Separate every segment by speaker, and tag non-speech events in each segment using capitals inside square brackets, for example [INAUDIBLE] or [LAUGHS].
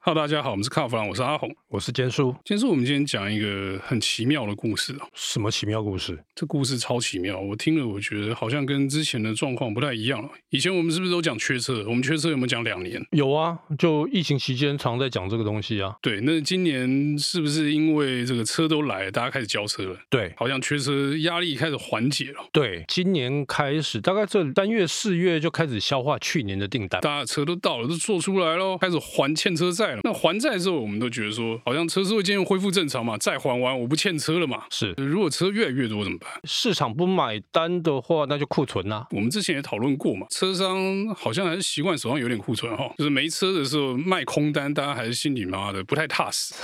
Speaker 1: Hello，大家好，我们是卡弗朗，我是阿红。
Speaker 2: 我是坚叔。
Speaker 1: 今天是我们今天讲一个很奇妙的故事啊，
Speaker 2: 什么奇妙故事？
Speaker 1: 这故事超奇妙，我听了我觉得好像跟之前的状况不太一样了。哦以前我们是不是都讲缺车？我们缺车有没有讲两年？
Speaker 2: 有啊，就疫情期间常在讲这个东西啊。
Speaker 1: 对，那今年是不是因为这个车都来了，大家开始交车了，
Speaker 2: 对
Speaker 1: 好像缺车压力开始缓解了，
Speaker 2: 对，今年开始，大概这三月、四月就开始消化去年的订单。
Speaker 1: 大家的车都到了，都做出来喽，开始还欠车债了。那还债之后，我们都觉得说，好像车是会渐渐恢复正常嘛，债还完我不欠车了嘛。
Speaker 2: 是
Speaker 1: 如果车越来越多怎么办？
Speaker 2: 市场不买单的话，那就库存啊啦、
Speaker 1: 我们之前也讨论过嘛，车商好像还是习惯手上有点库存哈，就是没车的时候卖空单，大家还是心里妈的不太踏实。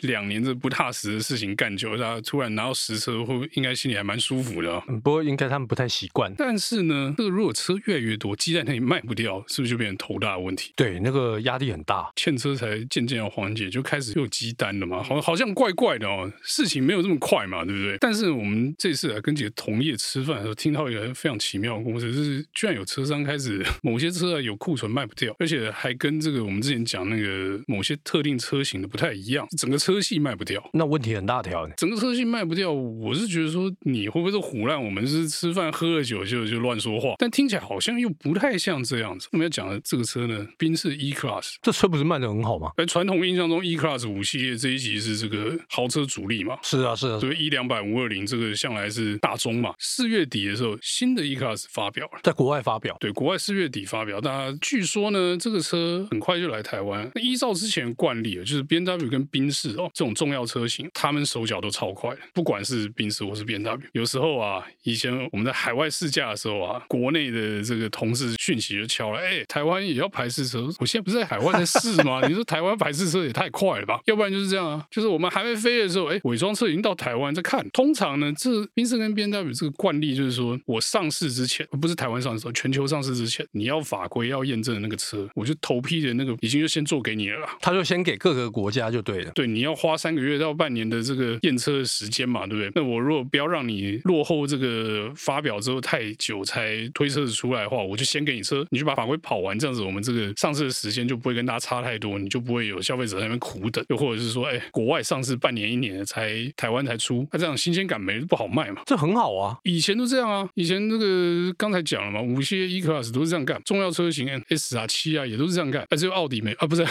Speaker 1: 两年这不踏实的事情干久了，大家突然拿到实车，会应该心里还蛮舒服的、啊。
Speaker 2: 嗯，不过应该他们不太习惯。
Speaker 1: 但是呢，这个如果车越来越多，鸡蛋那里卖不掉，是不是就变成头大的问题？
Speaker 2: 对，那个压力很大。
Speaker 1: 欠车才渐渐要缓解，就开始有鸡单了嘛，好好像怪怪的哦，事情没有这么快嘛，对不对？但是我们这次啊跟几个同业吃饭的时候，听到一个非常奇妙的故事，就是居然有车商开始 [LAUGHS] 某些车啊有库存卖不掉，而且还跟这个我们之前讲那个某些特定车型的不太一样，整个车系卖不掉。
Speaker 2: 那问题很大条呢。
Speaker 1: 整个车系卖不掉，我是觉得说你会不会是胡乱？我们是吃饭喝了酒就就乱说话，但听起来好像又不太像这样子。我们要讲的这个车呢，宾士 E Class。
Speaker 2: 这车不是卖的很好吗？
Speaker 1: 在传统印象中，E Class 五系列这一集是这个豪车主力嘛，
Speaker 2: 是啊，是啊。
Speaker 1: 所以 E 两百五二零这个向来是大宗嘛。四月底的时候，新的 E Class 发表了。
Speaker 2: 在国外发表，
Speaker 1: 对，国外四月底发表，大家据说呢，这个车很快就来台湾。那依照之前的惯例，啊就是 B N W 跟宾士哦这种重要车型，他们手脚都超快的，不管是宾士或是 B N W。有时候啊，以前我们在海外试驾的时候啊，国内的这个同事讯息就敲了，哎、台湾也要排试车。我现在不是在海外在试吗？你说台湾排试车也太快了吧？要不然就是这样啊，就是我们还没飞的时候，哎、伪装车已经到台湾在看。通常呢，这宾士跟 B N W 这个惯例就是说我上市之前，不是台湾上市哦，全球上市之前，你要法规要验证的那个车，我就头批的那个已经就先做给你了啦。
Speaker 2: 他就先给各个国家就对了。
Speaker 1: 对，你要花三个月到半年的这个验车的时间嘛，对不对？那我如果不要让你落后这个发表之后太久才推车子出来的话，我就先给你车，你就把法规跑完，这样子我们这个上市的时间就不会跟大家差太多，你就不会有消费者在那边苦等，又或者是说，哎，国外上市半年一年才台湾才出，那、这样新鲜感没不好卖嘛。
Speaker 2: 这很好啊，
Speaker 1: 以前都这样啊，以前那个刚才讲了嘛，五系 E Class 都是这样干，重要车型 S 啊、七啊也都是这样干，啊，只有奥迪没啊，不是。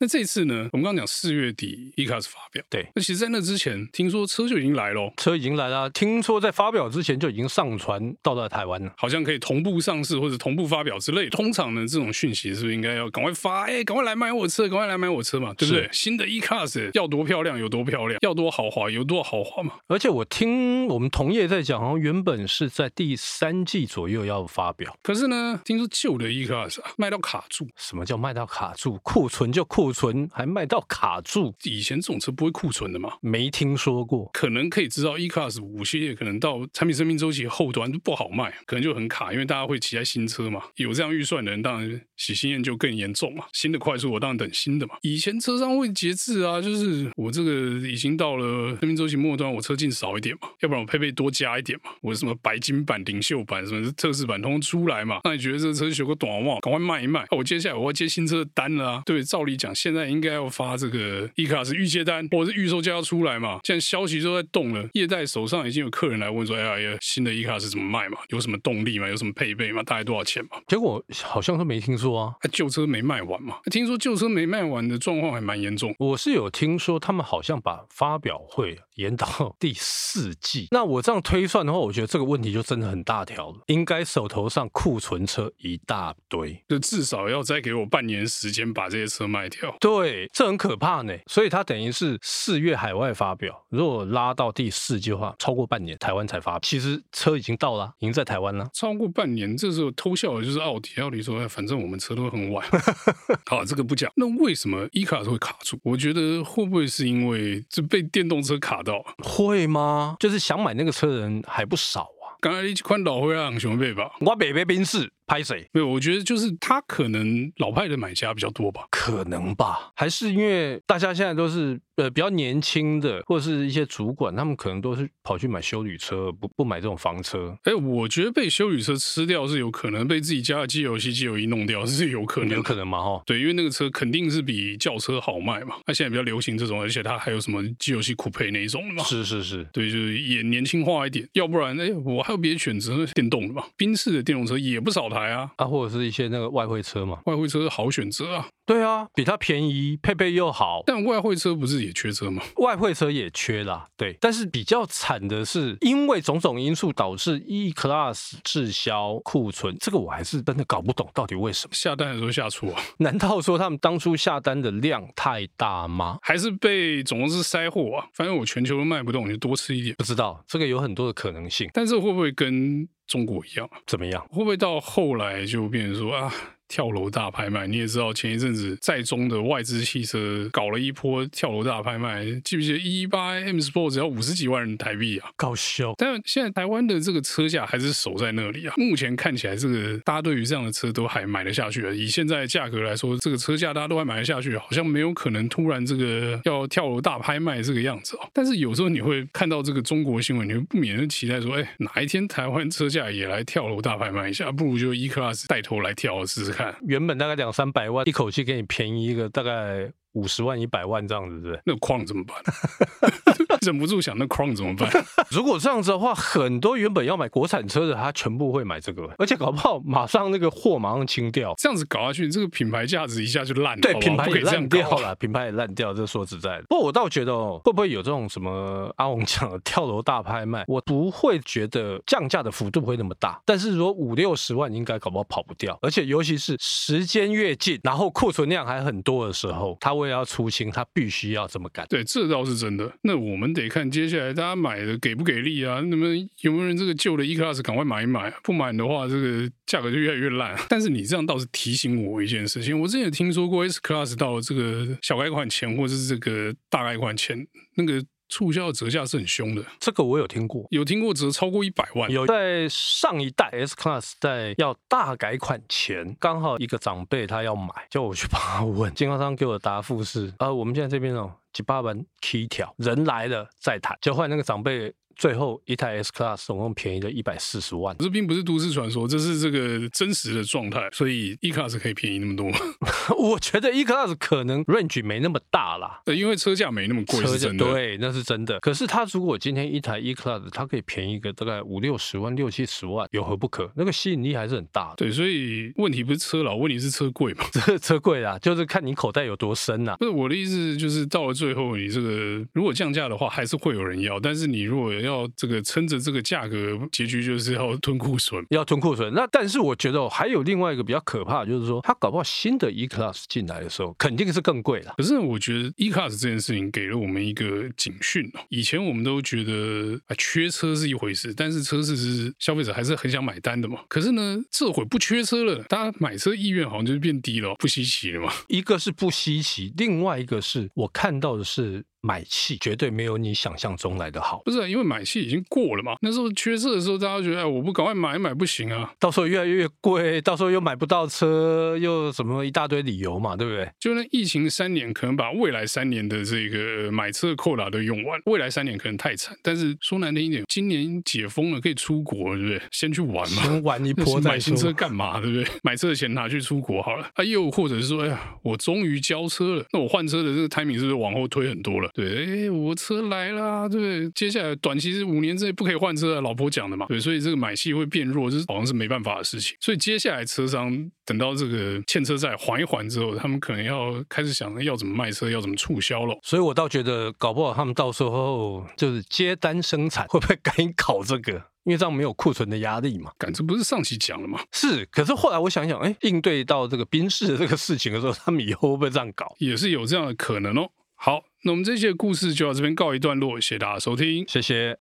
Speaker 1: 那这一次呢，我们刚刚讲四月底 E Class 发表，
Speaker 2: 对，
Speaker 1: 那其实在那之前，听说车就已经来了哦，
Speaker 2: 车已经来了。啊听说在发表之前就已经上传到了台湾了。
Speaker 1: 好像可以同步上市或者同步发表之类的。通常呢，这种讯息是不是应该要赶快发？哎，赶快来买我车，赶快来买我车嘛，对不对？新的 E Class 要多漂亮有多漂亮，要多豪华有多豪华嘛。
Speaker 2: 而且我听我们同业在讲，好像原本是在第三季左右要发表。
Speaker 1: 可是呢，听说旧的 E Class 啊卖到卡住，
Speaker 2: 什么叫卖到卡住？库存就库存，还卖到卡住？
Speaker 1: 以前这种车不会库存的嘛。
Speaker 2: 没听说过。
Speaker 1: 可能可以知道 E Class 五系列可能到产品生命周期后端就不好卖，可能就很卡，因为大家会期待新车嘛。有这样预算的人，当然喜新厌旧更严重嘛。新的快速，我当然等新的嘛。以前车商会节制啊，就是我这个已经到了生命周期末端，我车进少一点嘛，要不然我配备多加一点嘛。我什么白金版、领袖版、什么测试版，通通出来嘛。那你觉得这车有个短袜，赶快卖一卖。啊我接下来我要接新车的单了啊，对，照理讲现在应该要发这个 E 卡是预接单或者是预售价要出来嘛。现在消息都在动了，业代手上已经有客人来问说，哎呀哎呀，新的 E 卡是怎么卖嘛？有什么动力嘛？有什么配备嘛？大概多少钱嘛？
Speaker 2: 结果好像都没听说啊。
Speaker 1: 啊，旧车没卖完嘛？听说旧车没卖完的状况还蛮严重。
Speaker 2: 我是有听说，他们好像把发表会延到 [LAUGHS] 第四季。那我这样推算的话，我觉得这个问题就真的很大条了，应该手头上库存车一大堆。
Speaker 1: 就至少要再给我半年时间把这些车卖掉。
Speaker 2: 对，这很可怕呢。所以它等于是四月海外发表，如果拉到第四季的话，超过半年台湾才发表。其实车已经到了，啊已经在台湾了。
Speaker 1: 超过半年，这时候偷笑的就是奥迪。奥迪说：“哎，反正我们车都很晚。”
Speaker 2: [LAUGHS]
Speaker 1: 好，这个不讲。那为什么 E 卡会卡住？我觉得会不会是因为这被电动车卡到啊？
Speaker 2: 会吗？就是想买那个车的人还不少啊。
Speaker 1: 刚才一款老灰狼熊背吧，
Speaker 2: 我北北宾士，拍谁？
Speaker 1: 没有，我觉得就是他可能老派的买家比较多吧。
Speaker 2: 可能吧，还是因为大家现在都是呃比较年轻的，或者是一些主管，他们可能都是跑去买修旅车，不不买这种房车。
Speaker 1: 哎，我觉得被修理车吃掉是有可能，被自己家的机油七、机油一弄掉是有可能的，
Speaker 2: 有可能嘛？哈，
Speaker 1: 对，因为那个车肯定是比轿车好卖嘛。它现在比较流行这种，而且它还有什么 G 游戏酷配那一种的嘛。
Speaker 2: 是是是，
Speaker 1: 对，就是也年轻化一点，要不然哎，我还有别的选择，电动的嘛。宾士的电动车也不少台啊，
Speaker 2: 啊，或者是一些那个外汇车嘛。
Speaker 1: 外汇车是好选择啊。
Speaker 2: 对啊，比它便宜，配备又好，
Speaker 1: 但外汇车不是也缺车吗？
Speaker 2: 外汇车也缺啦。对，但是比较惨的是，因为种种因素导致 E Class 滞销库存，这个我还是真的搞不懂到底为什么。 [LAUGHS]
Speaker 1: 下单的时候下错、啊，
Speaker 2: 难道说他们当初下单的量太大吗？
Speaker 1: 还是被总公司塞货啊？反正我全球都卖不动，我就多吃一点。
Speaker 2: 不知道，这个有很多的可能性。
Speaker 1: 但这会不会跟中国一样啊？
Speaker 2: 怎么样？
Speaker 1: 会不会到后来就变成说啊，跳楼大拍卖？你也知道，前一阵子在中的外资汽车搞了一波跳楼大拍卖，记不记得一八 M Sport 只要五十几万台币啊？
Speaker 2: 搞笑，
Speaker 1: 但现在台湾的这个车价还是守在那里啊。目前看起来，这个大家对于这样的车都还买得下去啊。以现在的价格来说，这个车价大家都还买得下去，好像没有可能突然这个要跳楼大拍卖这个样子哦。但是有时候你会看到这个中国新闻，你会不免的期待说，哎，哪一天台湾车价也来跳楼大拍卖一下，不如就 E Class 带头来跳试试看。
Speaker 2: 原本大概两三百万，一口气给你便宜一个大概五十万、一百万这样子，对不对？
Speaker 1: 那框怎么办？忍不住想那框怎么办？
Speaker 2: [LAUGHS] 如果这样子的话，很多原本要买国产车的，他全部会买这个，而且搞不好马上那个货马上清掉，
Speaker 1: 这样子搞下去，这个品牌价值一下就烂了。
Speaker 2: 对，
Speaker 1: 好不好
Speaker 2: 品牌
Speaker 1: 不
Speaker 2: 也
Speaker 1: 可以这
Speaker 2: 烂
Speaker 1: 样搞啊
Speaker 2: 掉了，品牌也烂掉。这说实在的，不过我倒觉得哦，会不会有这种什么阿红讲的跳楼大拍卖？我不会觉得降价的幅度会那么大，但是如果五六十万，应该搞不好跑不掉。而且尤其是时间越近，然后库存量还很多的时候，他为了要出清，他必须要这么干。
Speaker 1: 对，这倒是真的。那我们得看接下来大家买的给不给力啊？那么有没有人这个旧的 E Class 赶快买一买啊？不买的话，这个价格就越来越烂啊。但是你这样倒是提醒我一件事情，我之前有听说过 S Class 到这个小改款前或是这个大改款前，那个促销的折价是很凶的，
Speaker 2: 这个我有听过。
Speaker 1: 有听过折超过一百万。
Speaker 2: 有在上一代 S Class 在要大改款前，刚好一个长辈他要买，叫我去帮他问，经销商给我的答复是：啊，我们现在这边哦，几八万起条，人来了再谈。就换那个长辈最后一台 S Class 总共便宜了一百四十万， [LAUGHS]
Speaker 1: 这并不是都市传说，这是这个真实的状态，所以 E Class 可以便宜那么多吗？ [LAUGHS]
Speaker 2: 我觉得 E Class 可能 range 没那么大啦。
Speaker 1: 对，呃因为车价没那么贵，
Speaker 2: 车
Speaker 1: 是
Speaker 2: 价
Speaker 1: 真的。
Speaker 2: 对，那是真的。可是他如果今天一台 E Class，它可以便宜个大概五六十万、六七十万，有何不可？那个吸引力还是很大的。 [LAUGHS]
Speaker 1: 对，所以问题不是车老，问题是车贵嘛。
Speaker 2: 这车贵啦，就是看你口袋有多深啊呐、
Speaker 1: 不是我的意思，就是到了最后，你这个如果降价的话，还是会有人要。但是你如果要这个撑着这个价格，结局就是要吞库存。
Speaker 2: 要囤库存。那但是我觉得哦还有另外一个比较可怕的，就是说它搞不好新的 E Class 进来的时候，肯定是更贵了。
Speaker 1: 可是我觉得 E class 这件事情给了我们一个警讯哦。以前我们都觉得啊，缺车是一回事，但是车市是消费者还是很想买单的嘛。可是呢，这会不缺车了，大家买车意愿好像就变低了哦，不稀奇了嘛。
Speaker 2: 一个是不稀奇，另外一个是我看到的是买气绝对没有你想象中来的好。
Speaker 1: 不是啊、因为买气已经过了嘛。那时候缺车的时候，大家觉得哎，我不赶快买买不行啊。
Speaker 2: 到时候越来越贵，到时候又买不到车，又什么一大堆理由嘛，对不对？
Speaker 1: 就那疫情三年，可能把未来三年的这个呃买车的扣打都用完。未来三年可能太惨，但是说难听一点，今年解封了，可以出国，对不对？先去玩嘛。
Speaker 2: 先
Speaker 1: [LAUGHS]
Speaker 2: 玩一
Speaker 1: 那
Speaker 2: 波再
Speaker 1: 啊买新车
Speaker 2: 说。
Speaker 1: 干嘛？对不对？买车的钱拿去出国好了。啊，又或者是说，哎呀，我终于交车了，那我换车的这个 timing 是不是往后推很多了？对，哎，我车来啦，对不对？接下来短期是五年之内不可以换车啊，老婆讲的嘛。对，所以这个买气会变弱，这是好像是没办法的事情。所以接下来车商等到这个欠车债还一还之后，他们可能要开始想要怎么卖车，要怎么促销了。
Speaker 2: 所以我倒觉得，搞不好他们到时候就是接单生产，会不会赶紧搞这个？因为这样没有库存的压力嘛。
Speaker 1: 感这不是上期讲了吗？
Speaker 2: 是，可是后来我想一想，哎，应对到这个宾士的这个事情的时候，他们以后会不会这样搞？
Speaker 1: 也是有这样的可能哦。好，那我们这期的故事就到这边告一段落，谢谢大家收听。
Speaker 2: 谢谢。